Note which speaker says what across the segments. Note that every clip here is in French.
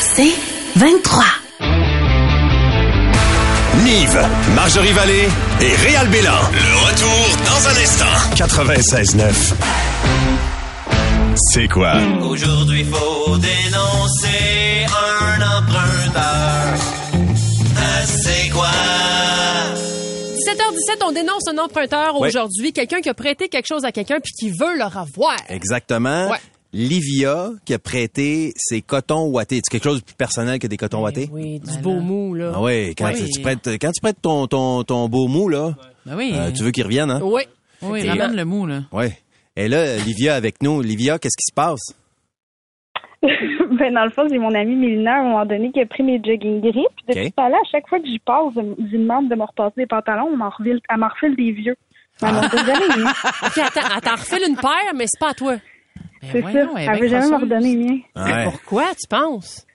Speaker 1: C'est 23.
Speaker 2: Nive, Marjorie Vallée et Réal Bélan. Le retour dans un instant. 96.9. C'est quoi?
Speaker 3: Aujourd'hui, faut dénoncer un emprunteur. Ah, C'est quoi?
Speaker 4: 17h17, on dénonce un emprunteur
Speaker 5: Ouais.
Speaker 4: aujourd'hui, quelqu'un qui a prêté quelque chose à quelqu'un puis qui veut le revoir.
Speaker 5: Exactement.
Speaker 4: Ouais.
Speaker 5: Livia qui a prêté ses cotons ouatés. C'est quelque chose de plus personnel que des
Speaker 6: Ben
Speaker 5: cotons ouatés?
Speaker 4: Oui, du beau mou, là.
Speaker 5: Ah ouais, quand
Speaker 6: Oui.
Speaker 5: tu prêtes quand tu prêtes ton ton ton beau mou là,
Speaker 6: Ben oui. Oh.
Speaker 5: euh, tu veux qu'il revienne hein
Speaker 4: Oui.
Speaker 6: oui, ramène le mou, là.
Speaker 5: Ouais. Et là Livia avec nous, Livia, qu'est-ce qui se passe
Speaker 7: ben, dans le fond, j'ai mon ami Mélina, à un moment donné, qui a pris mes jogging gris. Puis depuis
Speaker 5: Ok.
Speaker 7: ce temps-là, à chaque fois que j'y passe, je je lui demande de me repasser des pantalons, on m'en refile, elle m'en refile des vieux. Mais Elle m'en donne jamais les miens.
Speaker 4: OK, attends, elle t'en refile une paire, mais c'est pas à toi.
Speaker 6: Ben
Speaker 7: C'est
Speaker 6: voyons, elle
Speaker 7: ça.
Speaker 6: est
Speaker 7: Elle
Speaker 6: bien
Speaker 7: veut jamais me
Speaker 6: crosseuse.
Speaker 7: redonner les miens.
Speaker 5: Ouais.
Speaker 4: Pourquoi, tu penses?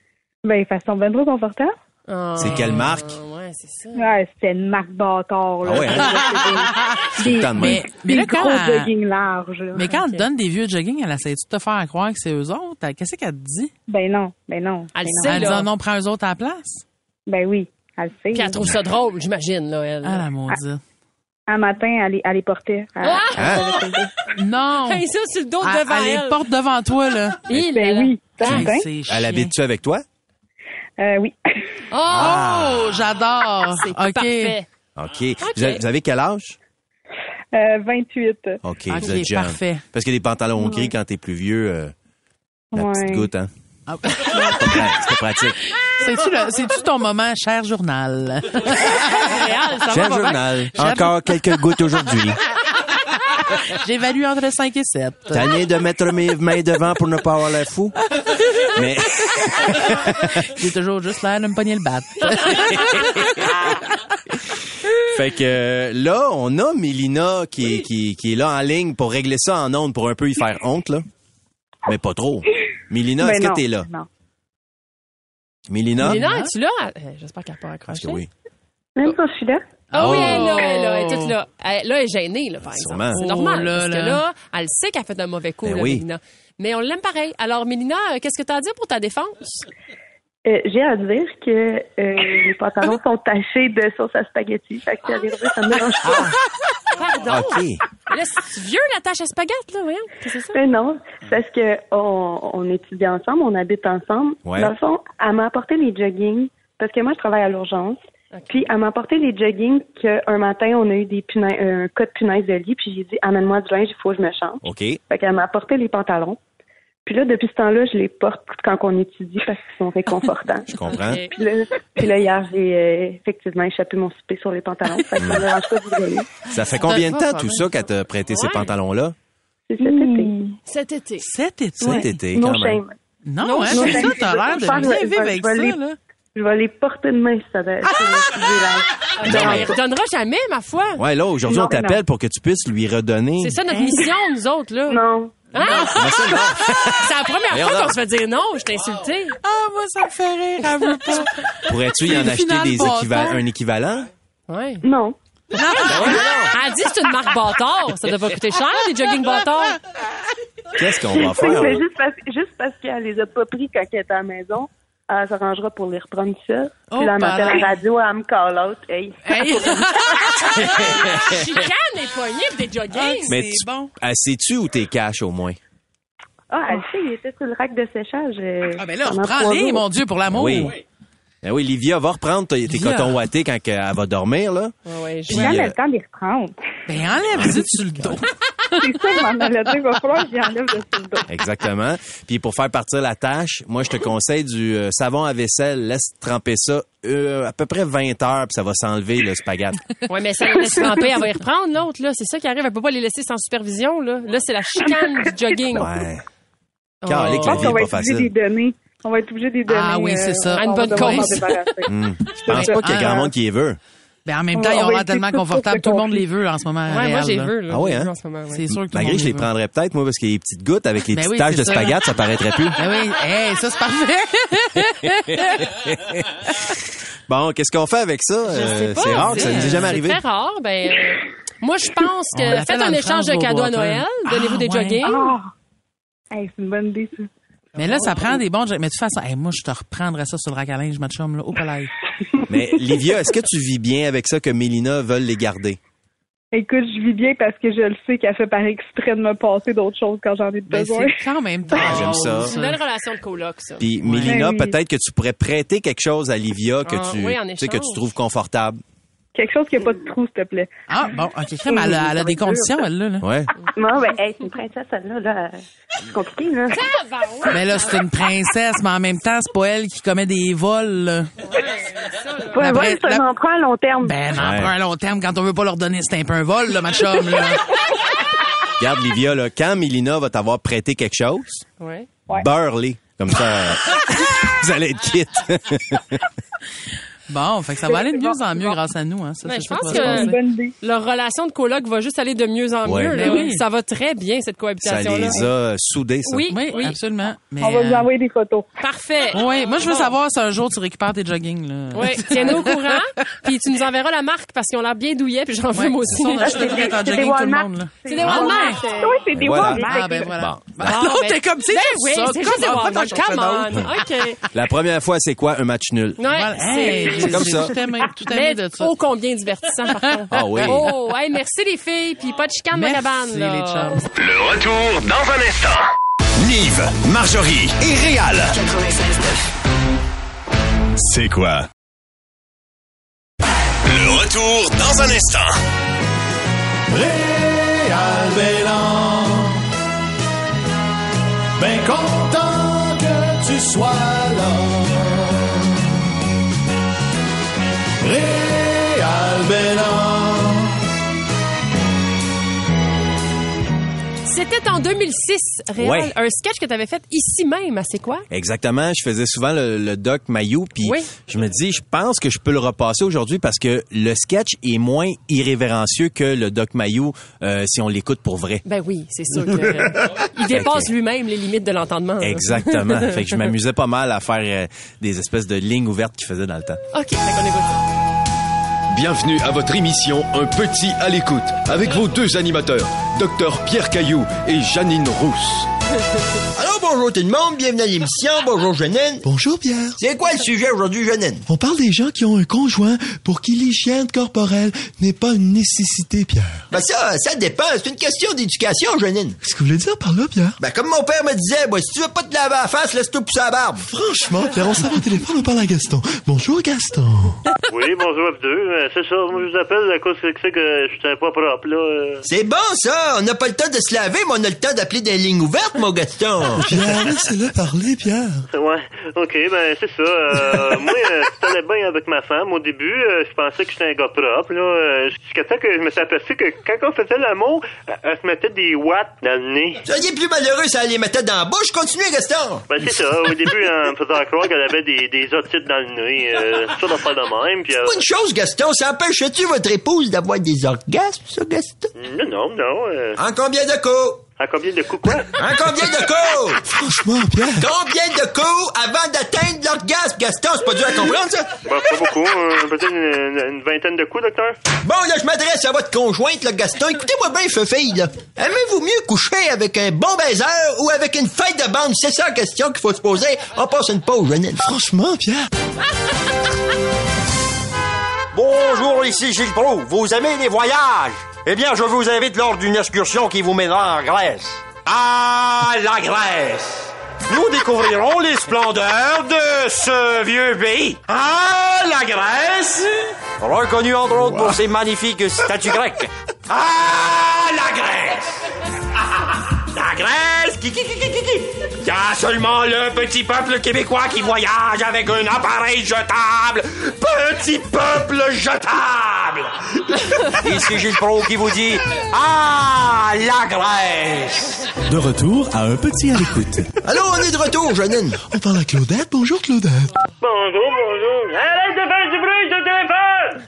Speaker 7: Ben, ils sont bien trop confortables.
Speaker 4: Ah,
Speaker 5: C'est quelle marque?
Speaker 4: Ouais, c'est ça.
Speaker 7: Ouais, c'était une marque bâtard, là.
Speaker 5: Ah ouais, hein?
Speaker 7: C'est des,
Speaker 5: le temps de même.
Speaker 7: des,
Speaker 6: Mais, mais là,
Speaker 7: des
Speaker 6: quand
Speaker 7: gros
Speaker 6: elle-
Speaker 7: joggings larges, là.
Speaker 6: mais quand elle te donne des vieux jogging, elle essaie de te faire croire que c'est eux autres? Elle- Qu'est-ce qu'elle te dit?
Speaker 7: Ben non, ben non.
Speaker 4: Elle
Speaker 7: ben,
Speaker 4: le
Speaker 7: non.
Speaker 4: sait,
Speaker 6: Elle dit,
Speaker 4: là.
Speaker 6: Ah non, prends eux autres à la place?
Speaker 7: Ben oui, elle le sait.
Speaker 4: Puis elle trouve ça drôle, j'imagine, là, elle.
Speaker 6: Ah, la maudite.
Speaker 7: Un matin, elle les, elle les portait. Elle-
Speaker 4: Ah!
Speaker 5: Hein?
Speaker 6: Non!
Speaker 4: Hey, ça, c'est le dos
Speaker 6: elle,
Speaker 4: devant
Speaker 6: elle les
Speaker 4: elle.
Speaker 6: porte devant toi, là.
Speaker 4: Il,
Speaker 7: Ben
Speaker 4: là.
Speaker 7: oui, certain.
Speaker 6: Hey, c'est chiant.
Speaker 5: Elle habite tu avec toi
Speaker 7: Euh, oui.
Speaker 4: Oh!
Speaker 5: Ah.
Speaker 6: Oh, j'adore!
Speaker 4: C'est
Speaker 6: OK.
Speaker 4: parfait.
Speaker 6: Ah,
Speaker 5: OK. Vous avez- vous avez quel âge
Speaker 7: Euh, 28.
Speaker 5: OK,
Speaker 6: OK,
Speaker 5: vous êtes jeune.
Speaker 6: Ah, parfait.
Speaker 5: Parce que les pantalons gris quand t'es plus vieux euh, la petite
Speaker 7: Ouais.
Speaker 5: goutte hein.
Speaker 6: Ah.
Speaker 5: C'est pas- C'est pas pratique.
Speaker 6: C'est-tu, le- c'est-tu ton moment, cher journal?
Speaker 4: Réal, Ah, ça va
Speaker 5: Cher
Speaker 4: pas bien.
Speaker 5: journal, encore quelques gouttes aujourd'hui.
Speaker 6: J'évalue entre 5 et 7.
Speaker 5: Tanné de mettre mes mains devant pour ne pas avoir l'air fou. Mais
Speaker 6: J'ai toujours juste l'air de me pogner le bat.
Speaker 5: Fait que euh, là, on a Mélina qui, est- qui, qui est là en ligne pour régler ça en ondes, pour un peu y faire honte, là. Mais pas trop. Mélina,
Speaker 7: Ben
Speaker 5: est-ce
Speaker 7: non,
Speaker 5: que t'es là?
Speaker 7: Non.
Speaker 5: Mélina?
Speaker 4: Mais là, es-tu là? Euh, J'espère qu'elle n'a pas
Speaker 5: Parce
Speaker 4: accroché.
Speaker 5: que oui.
Speaker 7: Même quand je suis là,
Speaker 4: Ah oui,
Speaker 6: Oh.
Speaker 4: elle est là, elle est là, elle est toute là. Elle, là, elle est gênée, là, par exemple.
Speaker 5: Sûrement.
Speaker 4: C'est normal,
Speaker 6: Oh là
Speaker 4: parce que
Speaker 6: là.
Speaker 4: là, elle sait qu'elle fait un mauvais coup,
Speaker 5: Ben
Speaker 4: là,
Speaker 5: oui.
Speaker 4: Mélina. Mais on l'aime pareil. Alors, Mélina, euh, qu'est-ce que t'as à dire pour ta défense?
Speaker 7: euh, j'ai à dire que euh, les pantalons sont tachés de sauce à spaghetti. Fait que la vérité, ça me dérange
Speaker 4: Ah,
Speaker 7: pas.
Speaker 4: Pardon?
Speaker 5: Ah, OK.
Speaker 4: Là, c'est vieux, la tâche à spaghette, là, voyons. Qu'est-ce que c'est ça?
Speaker 7: Mais non, c'est parce que on, on étudie ensemble, on habite ensemble.
Speaker 5: Ouais.
Speaker 7: Dans le fond, elle m'a apporté les joggings parce que moi, je travaille à l'urgence. Puis elle m'a apporté les joggings qu'un matin, on a eu des punais, un cas de punaise de lit. Puis j'ai dit, amène-moi du linge, il faut que je me change.
Speaker 5: OK.
Speaker 7: Fait qu'elle m'a apporté les pantalons. Puis là, depuis ce temps-là, je les porte quand on étudie parce qu'ils sont réconfortants.
Speaker 5: Je comprends.
Speaker 4: Ok.
Speaker 7: Puis là, puis là, hier, j'ai euh, effectivement échappé mon souper sur les pantalons. Fait que ça me dérange pas de vous donner.
Speaker 5: Hmm. Ça fait combien de
Speaker 6: Ça
Speaker 5: temps
Speaker 6: va,
Speaker 5: tout
Speaker 6: ça
Speaker 5: ça qu'elle t'a prêté ces
Speaker 4: Ouais.
Speaker 5: pantalons-là?
Speaker 7: C'est cet été.
Speaker 4: Cet été.
Speaker 6: Cet été.
Speaker 5: Cet été,
Speaker 7: Mmh. Non
Speaker 5: quand même.
Speaker 7: shame.
Speaker 6: Non,
Speaker 4: Non,
Speaker 6: hein,
Speaker 7: non,
Speaker 6: c'est ça,
Speaker 7: ben,
Speaker 6: t'as
Speaker 7: je-
Speaker 6: l'air
Speaker 7: je parle-
Speaker 6: de bien
Speaker 7: je-
Speaker 6: vivre
Speaker 7: je
Speaker 6: avec ça,
Speaker 7: vais les-
Speaker 6: là.
Speaker 7: Je vais les porter de main si ça va. si ça va- si j'ai
Speaker 4: Non, Ah, mais
Speaker 7: l'air.
Speaker 4: elle redonnera jamais, ma foi.
Speaker 5: Ouais, là, aujourd'hui, on
Speaker 7: Non, mais
Speaker 5: t'appelle pour que tu puisses lui redonner.
Speaker 4: C'est ça notre mission, nous autres, là.
Speaker 7: Non.
Speaker 4: Hein? c'est la
Speaker 5: Mais
Speaker 4: première
Speaker 5: on
Speaker 4: fois
Speaker 5: a-
Speaker 4: qu'on se fait dire non, je t'ai insulté.
Speaker 6: Ah, moi, ça me fait rire, elle veut pas.
Speaker 5: Pourrais-tu y en
Speaker 6: Une
Speaker 5: acheter
Speaker 6: finale
Speaker 5: des
Speaker 6: bâton.
Speaker 5: équivalents, un équivalent?
Speaker 4: Ouais.
Speaker 7: Non.
Speaker 4: Elle dit que c'est une marque bâtard. Ça devrait coûter cher, des jogging bâtards.
Speaker 5: Qu'est-ce qu'on va
Speaker 7: Fait que
Speaker 5: faire?
Speaker 7: c'est juste parce, juste parce qu'elle les a pas pris quand elle était à la maison. Elle s'arrangera pour les reprendre ça.
Speaker 6: Oh,
Speaker 7: Puis là, elle m'appelle à
Speaker 6: pardon.
Speaker 7: la radio, elle me call out. Hey.
Speaker 6: Hey. Ah,
Speaker 4: Chicane les poignets pour des joggings.
Speaker 5: Mais
Speaker 6: C'est
Speaker 5: tu,
Speaker 6: bon.
Speaker 5: Ah, sais-tu où t'es cash au moins?
Speaker 7: Ah, elle sait, il était sur le rack de séchage. euh,
Speaker 6: Ah, ben là,
Speaker 7: pendant
Speaker 6: reprends
Speaker 7: trois
Speaker 6: les,
Speaker 7: jours.
Speaker 6: mon Dieu, pour l'amour.
Speaker 5: Oui. Ben oui, Livia va reprendre tes tes
Speaker 6: Livia.
Speaker 5: cotons ouatés quand que- elle va dormir, là.
Speaker 4: Ouais, ouais, je-
Speaker 7: J'ai jamais
Speaker 5: euh,
Speaker 7: le temps de les reprendre.
Speaker 6: Ben, enlève-y sur le dos.
Speaker 7: C'est ça, je m'en allais dire, il va falloir que j'y enlève de ce dos.
Speaker 5: Exactement. Puis pour faire partir la tâche, moi je te conseille du euh, savon à vaisselle. Laisse tremper ça euh, à peu près 20 heures, puis ça va s'enlever le spaghetti.
Speaker 4: Ouais, mais ça la laisse tremper, elle va y reprendre l'autre, là. C'est ça qui arrive. Elle peut pas les laisser sans supervision, là. Là, c'est la chicane du jogging.
Speaker 5: Ouais.
Speaker 4: Oh.
Speaker 5: Calique,
Speaker 7: Je
Speaker 5: la
Speaker 7: pense
Speaker 5: vie est
Speaker 7: qu'on va
Speaker 5: pas
Speaker 7: être obligé
Speaker 5: facile.
Speaker 7: d'y donner. On va être obligé d'y donner.
Speaker 6: Ah oui,
Speaker 8: euh,
Speaker 6: c'est ça.
Speaker 7: on
Speaker 4: À une
Speaker 7: va
Speaker 4: bonne
Speaker 7: devoir
Speaker 4: cause.
Speaker 7: s'en débarrasser.
Speaker 5: Hmm. Je pense pas qu'il y a
Speaker 6: Ah.
Speaker 5: grand monde qui les veut.
Speaker 6: Ben, en même
Speaker 7: On
Speaker 6: temps,
Speaker 7: va-
Speaker 6: ils
Speaker 7: on
Speaker 6: ont
Speaker 7: va
Speaker 6: l'air
Speaker 7: éviter
Speaker 6: tellement
Speaker 7: Ah tout pour se
Speaker 6: confortables. Tout le monde les
Speaker 7: conflit.
Speaker 6: veut en ce moment. à
Speaker 4: Ouais, moi,
Speaker 6: Réal,
Speaker 4: j'ai
Speaker 6: là.
Speaker 4: vu, là.
Speaker 5: Ah ouais, hein?
Speaker 4: En ce moment, ouais.
Speaker 6: C'est sûr que tout le
Speaker 5: Malgré
Speaker 6: monde
Speaker 5: que je les
Speaker 6: veut.
Speaker 5: prendrais peut-être, moi, parce que les petites gouttes avec les
Speaker 6: Ben
Speaker 5: petites
Speaker 6: oui,
Speaker 5: taches
Speaker 6: c'est
Speaker 5: de
Speaker 6: ça.
Speaker 5: spaghetti, ça paraîtrait plus.
Speaker 6: Ben oui, hey, ça, c'est parfait.
Speaker 5: Bon, qu'est-ce qu'on fait avec ça? Euh,
Speaker 4: pas,
Speaker 5: c'est rare, que ça nous est jamais arrivé.
Speaker 4: C'est très rare. Ben, euh, moi, je pense
Speaker 6: On
Speaker 4: que
Speaker 6: l'appelle
Speaker 4: faites un
Speaker 6: en
Speaker 4: échange de
Speaker 6: France,
Speaker 4: cadeaux à
Speaker 5: Ah,
Speaker 6: Beaubois.
Speaker 4: Noël. Donnez-vous des
Speaker 6: Ah, ouais.
Speaker 4: joggings.
Speaker 7: Ah! Hey, c'est une bonne idée, ça.
Speaker 6: Mais là, ça prend des bons joggings. Mais de toute façon, hey, moi, je te reprendrais ça sur le rack à linge, ma chum, là, au palais.
Speaker 5: Mais Livia, est-ce que tu vis bien avec ça que Mélina veulent les garder?
Speaker 8: Écoute, je vis bien parce que je le sais qu'elle fait par exprès de me passer d'autres choses quand j'en ai
Speaker 6: Ben,
Speaker 8: besoin.
Speaker 6: c'est quand même drôle.
Speaker 5: Ah, j'aime ça.
Speaker 4: Ah, C'est une belle relation de coloc, ça.
Speaker 5: Puis
Speaker 8: Ben
Speaker 5: Mélina,
Speaker 8: oui.
Speaker 5: peut-être que tu pourrais prêter quelque chose à Livia que
Speaker 4: Ah,
Speaker 5: tu,
Speaker 4: oui, en
Speaker 5: tu sais, que
Speaker 4: échange.
Speaker 5: tu trouves confortable.
Speaker 8: Quelque chose qui n'a pas de trou, s'il te plaît.
Speaker 6: Ah, bon, OK, crème, elle a, elle a des conditions, elle, là. là.
Speaker 5: Ouais.
Speaker 7: Non, ben, hey, c'est une princesse, celle-là, là. C'est compliqué, là.
Speaker 6: Mais là, c'est une princesse, mais en même temps, c'est pas elle qui commet des vols, là.
Speaker 7: Pour
Speaker 6: La
Speaker 7: un
Speaker 6: prin-
Speaker 7: vol, c'est
Speaker 6: la-
Speaker 7: un emprunt à long terme.
Speaker 6: Ben, non,
Speaker 5: Ouais.
Speaker 6: pour un long terme, quand on veut pas leur donner, c'est un peu un vol, là, ma chum, là.
Speaker 5: Garde Livia, là, quand Mélina va t'avoir prêté quelque chose,
Speaker 4: Ouais.
Speaker 5: beurre-les. Comme ça, vous allez être quitte.
Speaker 6: Bon, fait que ça va aller de mieux en mieux grâce à nous, hein. Ça,
Speaker 4: Ben,
Speaker 6: c'est ça
Speaker 4: je
Speaker 6: qui
Speaker 4: pense
Speaker 6: va se
Speaker 4: que-
Speaker 8: C'est une
Speaker 6: passer.
Speaker 8: bonne idée.
Speaker 4: Leur relation de coloc va juste aller de mieux en
Speaker 5: Ouais.
Speaker 4: mieux. là.
Speaker 6: Ben oui.
Speaker 4: Ça va très bien, cette
Speaker 5: Ça
Speaker 4: cohabitation-là.
Speaker 5: les a soudés, ça.
Speaker 4: Oui,
Speaker 6: Oui,
Speaker 4: oui,
Speaker 6: absolument. Mais,
Speaker 8: On va vous
Speaker 6: euh,
Speaker 8: envoyer des photos.
Speaker 4: parfait.
Speaker 6: Oui, moi, je veux
Speaker 4: Bon.
Speaker 6: savoir si un jour tu récupères tes joggings, là.
Speaker 4: Oui, tiens-nous au courant, puis tu nous enverras la marque parce qu'on l'a bien douillet, puis j'en veux
Speaker 6: Ouais,
Speaker 4: moi
Speaker 6: c'est
Speaker 4: aussi.
Speaker 6: ça, on a
Speaker 4: Bon,
Speaker 6: acheté prêt en
Speaker 7: C'est des
Speaker 6: jogging tout le
Speaker 7: Walmart.
Speaker 6: monde, là.
Speaker 4: C'est des Walmart.
Speaker 8: Oui, c'est des
Speaker 5: Voilà.
Speaker 8: bons, des
Speaker 6: Ah, ben
Speaker 8: techniques.
Speaker 6: voilà.
Speaker 5: Bon.
Speaker 6: Ben, non, t'es comme, c'est
Speaker 4: Ben
Speaker 6: juste
Speaker 4: oui,
Speaker 6: ça.
Speaker 4: c'est juste des
Speaker 6: Comment
Speaker 4: Walmart.
Speaker 6: t'en cherches un
Speaker 4: Come
Speaker 6: autre?
Speaker 4: on. OK.
Speaker 5: La première fois, c'est quoi un match nul?
Speaker 4: Ouais,
Speaker 6: Voilà.
Speaker 4: c'est-
Speaker 6: Hey,
Speaker 5: c'est comme
Speaker 6: j'ai
Speaker 5: ça.
Speaker 6: Tout aimé, tout aimé
Speaker 4: Mais
Speaker 6: de ça.
Speaker 4: ô combien divertissant, par contre.
Speaker 5: Ah oui.
Speaker 4: Oh, hey, merci les filles, puis pas de chicane, ma
Speaker 6: Merci,
Speaker 4: cabane. là.
Speaker 6: les chums.
Speaker 2: Le retour dans un instant. Nive, Marjorie et Réal. C'est quoi? Le retour dans un instant.
Speaker 9: Réal Bélan. Ben content que tu sois là. Réal Bélan.
Speaker 4: C'était en 2006, Réal,
Speaker 5: Ouais.
Speaker 4: un sketch que tu avais fait ici même, à c'est quoi?
Speaker 5: Exactement. Je faisais souvent le, le doc Mayou, puis
Speaker 4: Oui.
Speaker 5: je me dis, je pense que je peux le repasser aujourd'hui parce que le sketch est moins irrévérencieux que le doc Mayou euh, si on l'écoute pour vrai.
Speaker 4: Ben oui, c'est sûr que, euh, il dépasse
Speaker 5: Ok.
Speaker 4: lui-même les limites de l'entendement. là.
Speaker 5: Exactement. fait que je m'amusais pas mal à faire euh, des espèces de lignes ouvertes qu'il faisait dans le temps.
Speaker 4: OK, fait qu'on écoute ça.
Speaker 10: Bienvenue à votre émission Un petit à l'écoute avec vos deux animateurs, Dr Pierre Caillou et Janine Rousse.
Speaker 11: Alors bonjour tout le monde, bienvenue à l'émission, bonjour Jeannine.
Speaker 9: Bonjour Pierre.
Speaker 11: C'est quoi le sujet aujourd'hui Jeannine?
Speaker 9: On parle des gens qui ont un conjoint pour qui l'hygiène corporelle n'est pas une nécessité, Pierre.
Speaker 11: Ben ça, ça dépend, c'est une question d'éducation Jeannine.
Speaker 9: Qu'est-ce que vous voulez dire par là, Pierre?
Speaker 11: Ben comme mon père me disait, moi, si tu veux pas te laver la face, laisse-toi pousser la barbe.
Speaker 9: Franchement, Pierre, on s'en va au téléphone, on parle à Gaston. Bonjour, Gaston.
Speaker 12: Oui, bonjour F2. Euh, C'est ça, moi je vous appelle à cause que c'est que je suis pas propre, là. euh.
Speaker 11: C'est bon ça, on n'a pas le temps de se laver, mais on a le temps d'appeler des lignes ouvertes mon Gaston.
Speaker 9: Pierre, laissez-le parler, Pierre.
Speaker 12: Ouais, ok, ben c'est ça. Euh, moi, euh, ça allait bien avec ma femme. Au début, euh, je pensais que j'étais un gars propre, là. Euh, Jusqu'à temps que je me suis aperçu que quand on faisait l'amour, elle, elle se mettait des watts dans le nez.
Speaker 11: Soyez plus malheureux, ça les mettait dans la bouche, continuez Gaston.
Speaker 12: Ben c'est ça, au début, elle me faisait croire qu'elle avait des, des otites dans le nez. Euh, ça doit faire de même, puis... euh,
Speaker 11: Bonne chose Gaston, ça empêche-tu votre épouse d'avoir des orgasmes ça Gaston?
Speaker 12: Non, non, non. euh,
Speaker 11: En combien de coups?
Speaker 12: à combien de coups, quoi?
Speaker 11: En combien de coups?
Speaker 9: Franchement, Pierre.
Speaker 11: Combien de coups avant d'atteindre l'orgasme Gaston? C'est pas dur à comprendre ça?
Speaker 12: Ben, pas beaucoup, euh, peut-être une- une- une vingtaine de coups, docteur.
Speaker 11: Bon, là, je m'adresse à votre conjointe, là, Gaston. Écoutez-moi bien, feu-fille, là. Aimez-vous mieux coucher avec un bon baiser ou avec une fête de bande? C'est ça la question qu'il faut se poser. On passe une pause, Jeannine.
Speaker 9: Franchement, Pierre.
Speaker 11: Bonjour, ici Gilles Proulx. Vous aimez les voyages? Eh bien, je vous invite lors d'une excursion qui vous mènera en Grèce. Ah, la Grèce! Nous découvrirons les splendeurs de ce vieux pays. Ah, la Grèce! Reconnu entre autres pour ses magnifiques statues grecques. Ah, la Grèce! La Grèce, qui, qui, qui, qui, qui, qui. Il y a seulement le petit peuple québécois qui voyage avec un appareil jetable. Petit peuple jetable. Ici Gilles Pro qui vous dit Ah, la Grèce.
Speaker 9: De retour à un petit à l'écoute.
Speaker 11: Allô, on est de retour, Janine.
Speaker 9: On parle à Claudette. Bonjour, Claudette.
Speaker 12: Bonjour, bonjour. Arrête de faire du bruit sur le téléphone!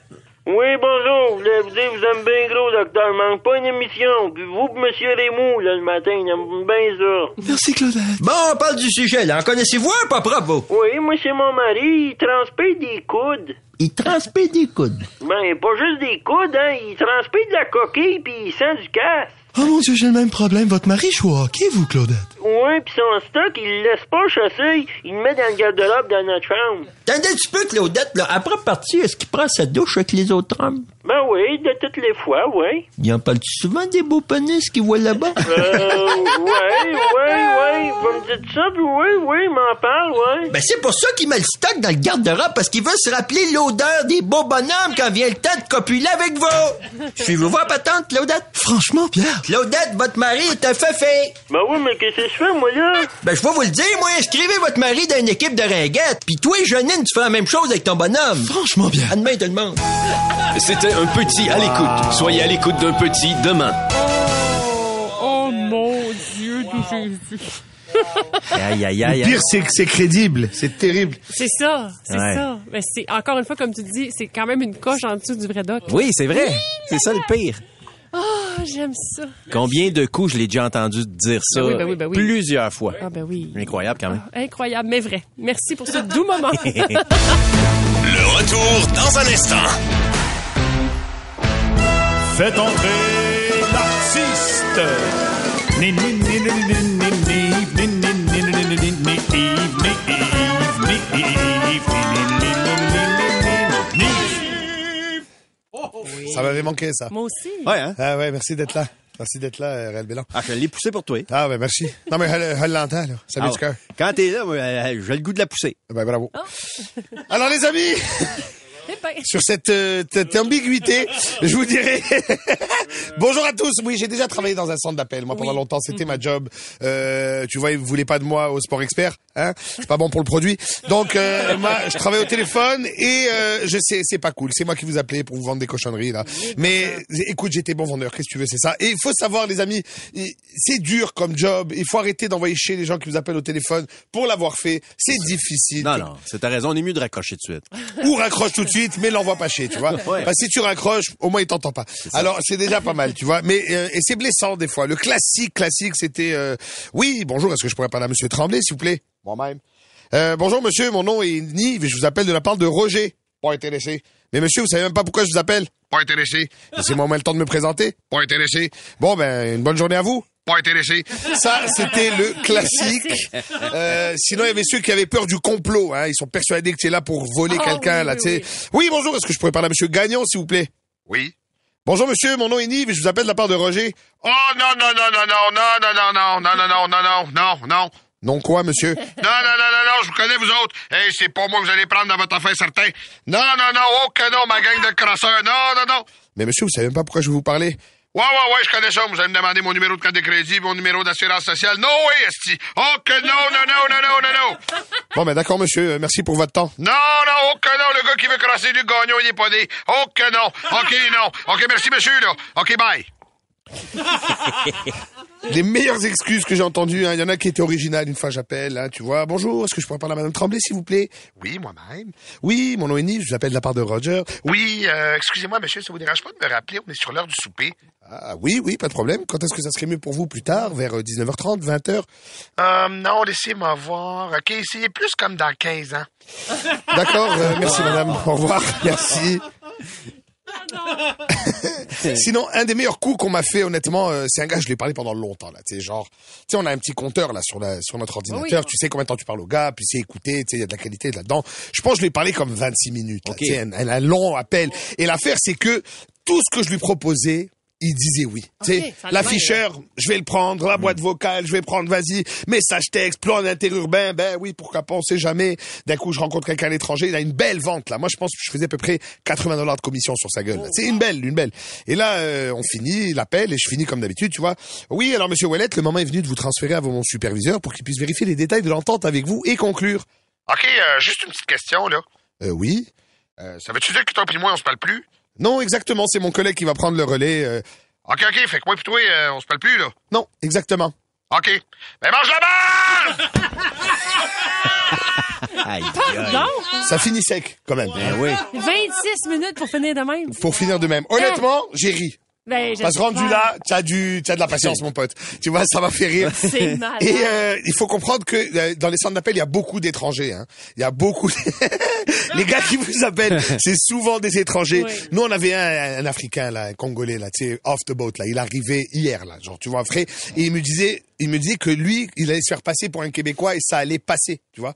Speaker 12: Oui, bonjour. Je voulais vous dire, vous aimez bien gros, docteur. Manque pas une émission. Puis vous, puis monsieur Rémou, là, le matin, il aime bien ça.
Speaker 9: Merci, Claudette.
Speaker 11: Bon, on parle du sujet, là. En connaissez-vous un, pas propre, vous?
Speaker 12: Oui, moi, c'est mon mari. Il transpire des coudes.
Speaker 11: Il transpire des coudes.
Speaker 12: Ben, pas juste des coudes, hein. Il transpire de la coquille, puis il sent du casse.
Speaker 9: Oh mon Dieu, j'ai le même problème. Votre mari joue au hockey, vous, Claudette?
Speaker 13: Ouais, pis son stock, il le laisse pas chasser, il le met dans le garde-robe dans notre chambre.
Speaker 11: T'en un petit peu, Claudette, là. Après partie, est-ce qu'il prend sa douche avec les autres hommes?
Speaker 13: Ben oui, de toutes les fois, ouais.
Speaker 11: Il en parle souvent des beaux pénis qu'il voit là-bas?
Speaker 13: Euh, ouais, ouais, ouais. Vous me dites ça, puis oui, oui, il m'en parle, ouais.
Speaker 11: Ben, c'est pour ça qu'il met le stock dans le garde-robe, parce qu'il veut se rappeler l'odeur des beaux bonhommes quand vient le temps de copuler avec vous. Je suis vous voir, patente, Claudette.
Speaker 9: Franchement, Pierre.
Speaker 11: Claudette, votre mari est un feufé.
Speaker 13: Ben oui, mais qu'est-ce que je fais, moi, là?
Speaker 11: Ben, je vais vous le dire, moi, inscrivez votre mari dans une équipe de ringuettes, puis toi, Jeannine, tu fais la même chose avec ton bonhomme.
Speaker 9: Franchement, bien.
Speaker 11: À demain, tout le monde.
Speaker 10: C'était un petit à l'écoute. Soyez à l'écoute d'un petit demain.
Speaker 4: Oh mon Dieu de Jésus.
Speaker 5: Aïe, aïe, aïe,
Speaker 14: Le
Speaker 5: aïe.
Speaker 14: pire, c'est que c'est crédible. C'est terrible.
Speaker 4: C'est ça, c'est
Speaker 5: Ouais.
Speaker 4: ça. Mais c'est encore une fois, comme tu dis, c'est quand même une coche en dessous du vrai doc.
Speaker 5: Oui, c'est vrai. C'est ça le pire.
Speaker 4: Oh, j'aime ça.
Speaker 5: Combien de coups je l'ai déjà entendu dire ça?
Speaker 4: Ben oui, ben oui, ben oui.
Speaker 5: Plusieurs fois.
Speaker 4: Ah ben oui.
Speaker 5: Incroyable quand même.
Speaker 4: Incroyable, mais vrai. Merci pour ce doux moment. Eh
Speaker 2: Le retour dans un instant.
Speaker 15: Faites entrer l'artiste. Ni, ni, ni, ni, ni, ni, ni, ni, ni, ni, ni, ni, ni, ni, ni, Yves, ni, Yves, ni, Yves, ni, Yves, ni, ni, ni, ni, ni, ni, ni,
Speaker 14: Ça m'avait manqué, ça.
Speaker 4: Moi aussi.
Speaker 14: Ouais, hein? Ah ouais, merci d'être là. Merci d'être là, euh, Réal Bélan.
Speaker 5: Ah, je l'ai poussé pour toi.
Speaker 14: Ah ouais, merci. Non, mais elle, elle l'entend, là. Ça vient
Speaker 5: Ah
Speaker 14: du cœur.
Speaker 5: ouais. Quand t'es là, moi, euh, j'ai le goût de la pousser.
Speaker 14: Ben, bravo.
Speaker 4: Oh.
Speaker 14: Alors, les amis,
Speaker 4: ben,
Speaker 14: sur cette, euh, cette ambiguïté, je vous dirais bonjour à tous. Oui, j'ai déjà travaillé dans un centre d'appel. Moi, pendant longtemps, c'était ma job. Euh, tu vois, ils voulaient pas de moi au sport expert. Hein c'est pas bon pour le produit. Donc, euh, moi, je travaille au téléphone et euh, je sais, c'est pas cool. C'est moi qui vous appelais pour vous vendre des cochonneries là. Mais eh, écoute, j'étais bon vendeur. Qu'est-ce que tu veux, c'est ça. Et il faut savoir, les amis, il- c'est dur comme job. Il faut arrêter d'envoyer chez les gens qui vous appellent au téléphone pour l'avoir fait. C'est difficile.
Speaker 5: Non,
Speaker 4: Ah.
Speaker 5: non, c'est ta raison. On est mieux de raccrocher tout de suite.
Speaker 14: Ou raccroche tout de suite, mais l'envoie pas chier, tu vois.
Speaker 5: Ouais.
Speaker 14: Parce que si tu raccroches, au moins il t'entend pas. Alors c'est déjà pas mal, tu vois. Mais euh, et c'est blessant des fois. Le classique, classique, c'était euh, oui, bonjour, est-ce que je pourrais parler à Monsieur Tremblay, s'il vous plaît, moi-même. Euh, bonjour Monsieur, mon nom est Nive, et je vous appelle de la part de Roger. Pas intéressé. Mais Monsieur, vous savez même pas pourquoi je vous appelle. Pas intéressé. Laissez-moi au moins le temps de me présenter. Pas intéressé. Bon ben, une bonne journée à vous. Pas intéressé. Ça, c'était le classique. Euh, sinon, il y avait ceux qui avaient peur du complot. Hein. Ils sont persuadés que tu es là pour voler
Speaker 15: Ah,
Speaker 14: quelqu'un.
Speaker 15: oui,
Speaker 14: là,
Speaker 15: oui,
Speaker 14: tu sais. oui, bonjour. Est-ce que je pourrais parler à Monsieur Gagnon, s'il vous plaît Oui. Bonjour, monsieur. Mon nom est Nive et je vous appelle de la part de Roger. Oh non, non, non, non, non, non, non, non, non, non, non, non, non, non, non, non. Non quoi, monsieur Non, non, non, non, non, je vous connais, vous autres. Eh, c'est pas moi que vous allez prendre dans votre affaire, certain. Non, non, non, oh que non, ma gang de crasseurs. Non, non, non. Mais monsieur, vous savez même pas pourquoi je vais vous parler. Ouais, ouais, ouais, je connais ça. Vous allez me demander mon numéro de carte de crédit, mon numéro d'assurance sociale. Non, oui, esti. Oh que non, non, non, non, non, non, non. Bon, ben d'accord, monsieur. Euh, Merci pour votre temps. Non, non, oh que non, le gars qui veut crasser du gagnon, il est pas né. Oh que non. OK, non. OK, merci, monsieur, là. OK, bye. Les meilleures excuses que j'ai entendues, hein. il y en a qui étaient originales. Une fois, j'appelle, hein, tu vois. Bonjour, est-ce que je pourrais parler à Madame Tremblay, s'il vous plaît Oui, moi-même. Oui, mon nom est Nive, je vous appelle de la part de Roger. Oui, euh, excusez-moi, monsieur, ça vous dérange pas de me rappeler On est sur l'heure du souper. Ah oui, oui, pas de problème. Quand est-ce que ça serait mieux pour vous plus tard, vers euh, 19h30, 20h euh, Non, laissez-moi voir. OK, c'est plus comme dans 15 ans. D'accord, euh, merci madame. Au revoir, merci. Sinon, un des meilleurs coups qu'on m'a fait, honnêtement, euh, c'est un gars, je lui ai parlé pendant longtemps, là. Tu sais, genre, tu sais, on a un petit compteur, là, sur, la, sur notre ordinateur. Tu sais combien de temps tu parles au gars, puis c'est écouté, tu sais, il y a de la qualité là-dedans. Je pense que je lui ai parlé comme 26 minutes, là. Tu sais, un, un- un long appel. Et l'affaire, c'est que tout ce que je lui proposais, il disait oui. Tu sais,
Speaker 15: ça a l'air,
Speaker 14: l'afficheur, je vais le prendre, la boîte vocale, je vais prendre, vas-y, message texte, plan interurbain, ben oui, pourquoi pas, on sait jamais. D'un coup, je rencontre quelqu'un à l'étranger, il a une belle vente, là. Moi, je pense que je faisais à peu près 80 dollars de commission sur sa gueule. là. C'est une belle, une belle. Et là, euh, on finit l'appel et je finis comme d'habitude, tu vois. Oui, alors, monsieur Ouellet, le moment est venu de vous transférer à mon superviseur pour qu'il puisse vérifier les détails de l'entente avec vous et conclure. OK, euh, juste une petite question, là. Euh, oui. ça veut-tu dire que toi et moi, on se parle plus? Non, exactement, c'est mon collègue qui va prendre le relais. euh, OK, OK, fait que moi et toi, euh, on se parle plus, là. Non, exactement. OK. Ben mange la
Speaker 5: Aïe, Eh
Speaker 4: Pardon?
Speaker 14: Ça finit sec, quand même.
Speaker 5: oui.
Speaker 4: 26 minutes pour finir de même.
Speaker 14: Pour finir de même. Honnêtement, j'ai ri.
Speaker 4: Eh. Ben,
Speaker 14: Parce que
Speaker 4: j'espère.
Speaker 14: rendu là, t'as du, t'as de la patience, mon pote. Tu vois, ça m'a fait rire.
Speaker 4: C'est malade.
Speaker 14: Et euh, il faut comprendre que euh, dans les centres d'appel, il y a beaucoup d'étrangers. hein. Il y a beaucoup. les gars qui vous appellent, c'est souvent des étrangers.
Speaker 16: Oui.
Speaker 14: Nous, on avait un, un Africain là, un Congolais là, tu sais, off the boat là. Il arrivait hier là, genre tu vois après. Et il me disait, il me disait que lui, il allait se faire passer pour un Québécois et ça allait passer, tu vois.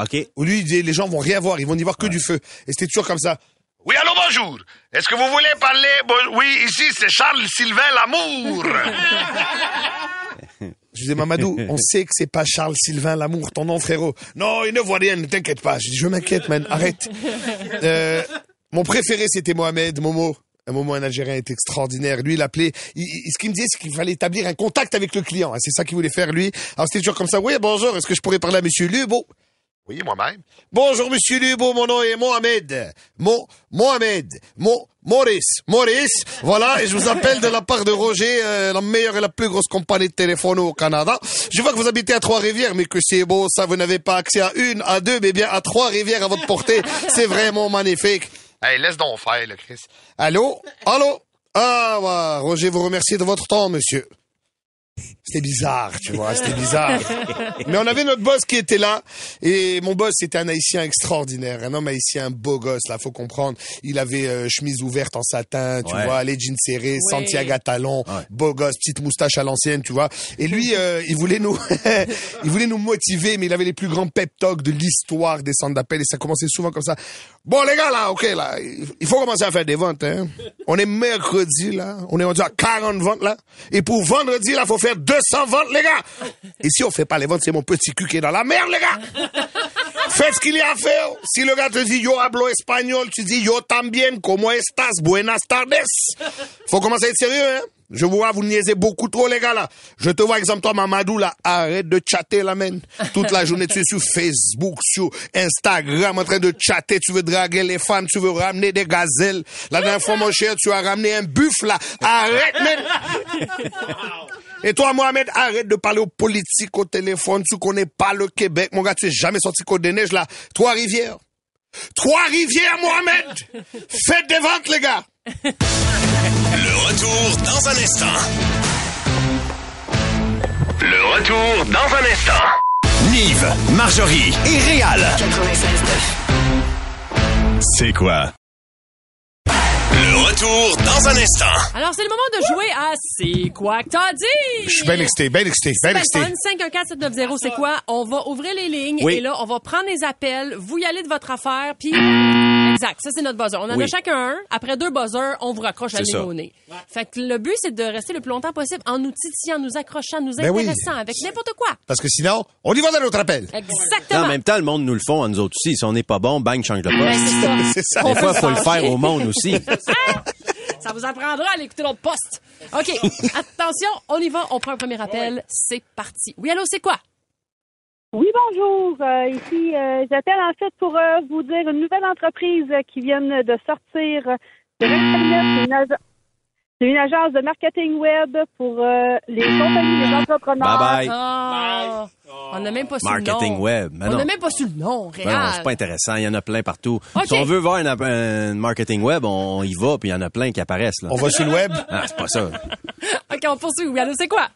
Speaker 5: Ok.
Speaker 14: Ou lui, il disait, les gens vont rien voir, ils vont n'y voir que du feu. Et c'était toujours comme ça.
Speaker 17: Oui, allô, bonjour. Est-ce que vous voulez parler? Bon- oui, ici, c'est Charles-Sylvain Lamour.
Speaker 14: Je disais, Mamadou, on sait que c'est pas Charles Sylvain Lamour, ton nom, frérot. Non, il ne voit rien, ne t'inquiète pas. Je dis, je m'inquiète, man, arrête. Euh, mon préféré, c'était Mohamed, Momo. Un moment, un Algérien est extraordinaire. Lui, il appelait. il- il- ce qu'il me disait, c'est qu'il fallait établir un contact avec le client. hein. C'est ça qu'il voulait faire, lui. Alors, c'était toujours comme ça. Oui, bonjour, est-ce que je pourrais parler à monsieur Lubo?
Speaker 17: oui, moi-même.
Speaker 14: Bonjour, monsieur Lubo, mon nom est Mohamed. Mon, Mohamed. Mon, Maurice. Maurice. Voilà, et je vous appelle de la part de Roger, euh, la meilleure et la plus grosse compagnie de téléphone au Canada. Je vois que vous habitez à Trois-Rivières, mais que c'est beau, ça, vous n'avez pas accès à une, à deux, mais bien à Trois-Rivières à votre portée. C'est vraiment magnifique.
Speaker 17: Hey, laisse donc faire, là, Chris.
Speaker 14: Allô? Allô? Ah, ouais, Roger, vous remerciez de votre temps, monsieur. C'était bizarre, tu vois, c'était bizarre. Mais on avait notre boss qui était là, et mon boss c'était un haïtien extraordinaire, un homme haïtien, un beau gosse, là, faut comprendre. Il avait euh, chemise ouverte en satin, tu
Speaker 16: Ouais.
Speaker 14: vois, les jeans serrés,
Speaker 16: Ouais.
Speaker 14: Santiago à talons, beau gosse, petite moustache à l'ancienne, tu vois. Et lui, euh, il voulait nous, il voulait nous motiver, mais il avait les plus grands pep talks de l'histoire des centres d'appel, et ça commençait souvent comme ça. Bon, les gars, là, ok, là, il faut commencer à faire des ventes, hein. On est mercredi, là, on est rendu à 40 ventes, là, et pour vendredi, là, faut faire 200 ventes, les gars. Et si on fait pas les ventes, c'est mon petit cul qui est dans la merde, les gars. Faites ce qu'il y a à faire. Si le gars te dit yo hablo espagnol, tu dis yo también, como estas, buenas tardes. Faut commencer à être sérieux, hein. Je vous vois, vous niaisez beaucoup trop, les gars, là. Je te vois, exemple, toi, Mamadou, là. Arrête de chatter, là, man. Toute la journée, tu es sur Facebook, sur Instagram, en train de chatter. Tu veux draguer les femmes, tu veux ramener des gazelles. La dernière fois, mon cher, tu as ramené un buffle, là. Arrête, man. Et toi, Mohamed, arrête de parler aux politiques au téléphone. Tu connais pas le Québec. Mon gars, tu es jamais sorti Côte des Neiges, là. Trois-Rivières. Trois-Rivières, Mohamed. Faites des ventes, les gars.
Speaker 2: Le retour dans un instant. Le retour dans un instant. Nive, Marjorie et Réal. C'est quoi? Le retour dans un instant.
Speaker 4: Alors, c'est le moment de jouer à C'est quoi que t'as dit?
Speaker 14: Je suis bien excité, bien excité, bien excité.
Speaker 4: 514-790, c'est quoi? On va ouvrir les lignes
Speaker 14: Oui.
Speaker 4: et là, on va prendre les appels. Vous y allez de votre affaire, puis... Exact, ça, c'est notre buzzer. On en
Speaker 5: Oui.
Speaker 4: a chacun un. Après deux buzzers, on vous raccroche à
Speaker 5: C'est ça.
Speaker 4: au nez. Fait que le but, c'est de rester le plus longtemps possible en nous titillant, nous accrochant, nous
Speaker 5: Ben oui.
Speaker 4: intéressant avec n'importe quoi.
Speaker 14: Parce que sinon, on y va dans notre appel.
Speaker 4: Exactement.
Speaker 5: en même temps, le monde nous le font à nous autres aussi. Si on n'est pas bon, bang, change le
Speaker 4: Ben,
Speaker 5: poste.
Speaker 4: c'est ça. C'est ça.
Speaker 5: Des
Speaker 4: On
Speaker 5: fois,
Speaker 4: peut
Speaker 5: faut le
Speaker 4: se
Speaker 5: faire
Speaker 4: fâcher.
Speaker 5: au monde aussi.
Speaker 4: Ça vous apprendra à l'écouter notre poste. OK. Attention, on y va. On prend un premier appel. C'est parti. Oui, allô, c'est quoi?
Speaker 18: Oui, bonjour. Euh, ici, euh, j'appelle en fait pour euh, vous dire une nouvelle entreprise euh, qui vient de sortir euh, de l'Internet. C'est une ag- C'est une agence de marketing web pour euh, les compagnies, les entrepreneurs.
Speaker 5: Bye bye.
Speaker 4: Ah, On n'a même pas su le nom.
Speaker 5: Marketing web. Mais
Speaker 4: on
Speaker 5: non. Ben
Speaker 4: n'a même pas su le nom, réel.
Speaker 5: Non, non, c'est pas intéressant. Il y en a plein partout.
Speaker 4: Ok.
Speaker 5: Si on veut voir un, app- un marketing web, on y va, puis il y en a plein qui apparaissent. Là.
Speaker 14: On va sur le web?
Speaker 5: Ah, c'est pas ça.
Speaker 4: OK, on poursuit. Oui, allô, c'est quoi?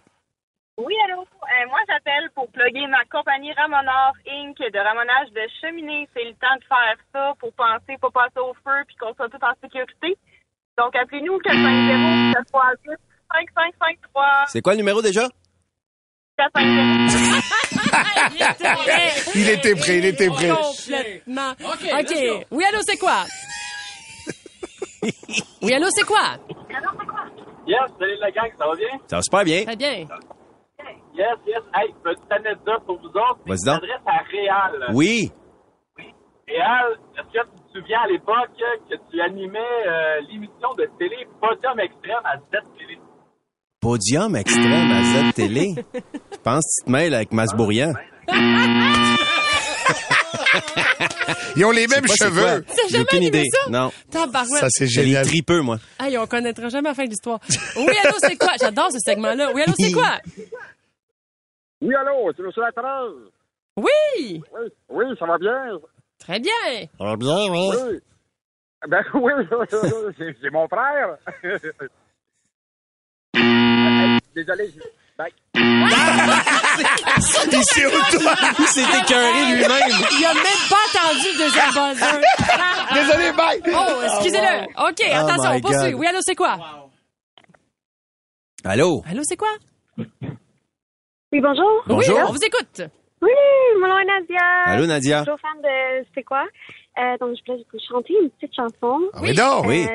Speaker 19: Oui, allô. Euh, moi, j'appelle pour plugger ma compagnie Ramonor Inc. de ramonage de cheminée. C'est le temps de faire ça pour penser, pas passer au feu, puis qu'on soit tous en sécurité. Donc, appelez-nous au 450 738 5553
Speaker 5: C'est quoi le numéro déjà?
Speaker 19: 450
Speaker 14: Il était prêt, il était prêt.
Speaker 4: Complètement. OK.
Speaker 19: let's go.
Speaker 4: Oui, allô, c'est quoi? oui, allô, c'est quoi?
Speaker 20: Yes, salut la gang, ça va bien?
Speaker 5: Ça va super bien.
Speaker 4: Très bien.
Speaker 20: Yes, yes. Hey, petite anecdote pour vous autres.
Speaker 5: Vas-y
Speaker 20: C'est
Speaker 5: donc.
Speaker 20: une adresse à Réal.
Speaker 5: Oui.
Speaker 20: Réal, est-ce que tu te souviens à l'époque que tu animais euh, l'émission de télé Podium Extrême à ZTV?
Speaker 5: Podium extrême à Z Télé. Je pense que tu te mêles avec Masbourian.
Speaker 14: Ils ont les
Speaker 4: mêmes cheveux. T'as
Speaker 5: J'ai
Speaker 4: jamais
Speaker 5: aucune
Speaker 4: animé
Speaker 5: idée.
Speaker 4: ça?
Speaker 5: Non.
Speaker 4: Tabarouette.
Speaker 5: Les tripeux, moi.
Speaker 4: Hey, on connaîtra jamais la fin de l'histoire. Oui, allô, c'est quoi? J'adore ce segment-là. Oui, allô, c'est quoi?
Speaker 20: Oui, allô, c'est monsieur Latrange.
Speaker 4: Oui!
Speaker 20: Oui, oui, ça va bien?
Speaker 4: Très bien.
Speaker 20: Ça va bien, oui. Ben oui, c'est c'est mon frère. Désolé, je... Bye.
Speaker 4: Il s'est auto- il s'est écœuré lui-même. Il a même pas attendu le deuxième buzzer.
Speaker 14: Désolé, bye.
Speaker 4: Oh, excusez-le. OK,
Speaker 5: Oh
Speaker 4: attention,
Speaker 5: my
Speaker 4: on poursuit.
Speaker 5: God.
Speaker 4: Oui, allô, c'est quoi?
Speaker 5: Allô?
Speaker 4: Allô, c'est quoi?
Speaker 16: Oui, bonjour.
Speaker 5: Bonjour.
Speaker 4: Oui, on vous écoute.
Speaker 16: Oui, mon nom est Nadia.
Speaker 5: Allô, Nadia.
Speaker 16: Bonjour, fan de C'est quoi? Euh, donc, je voulais vous chanter une petite chanson. Euh,
Speaker 5: Ah oui, Oui. donc. Oui.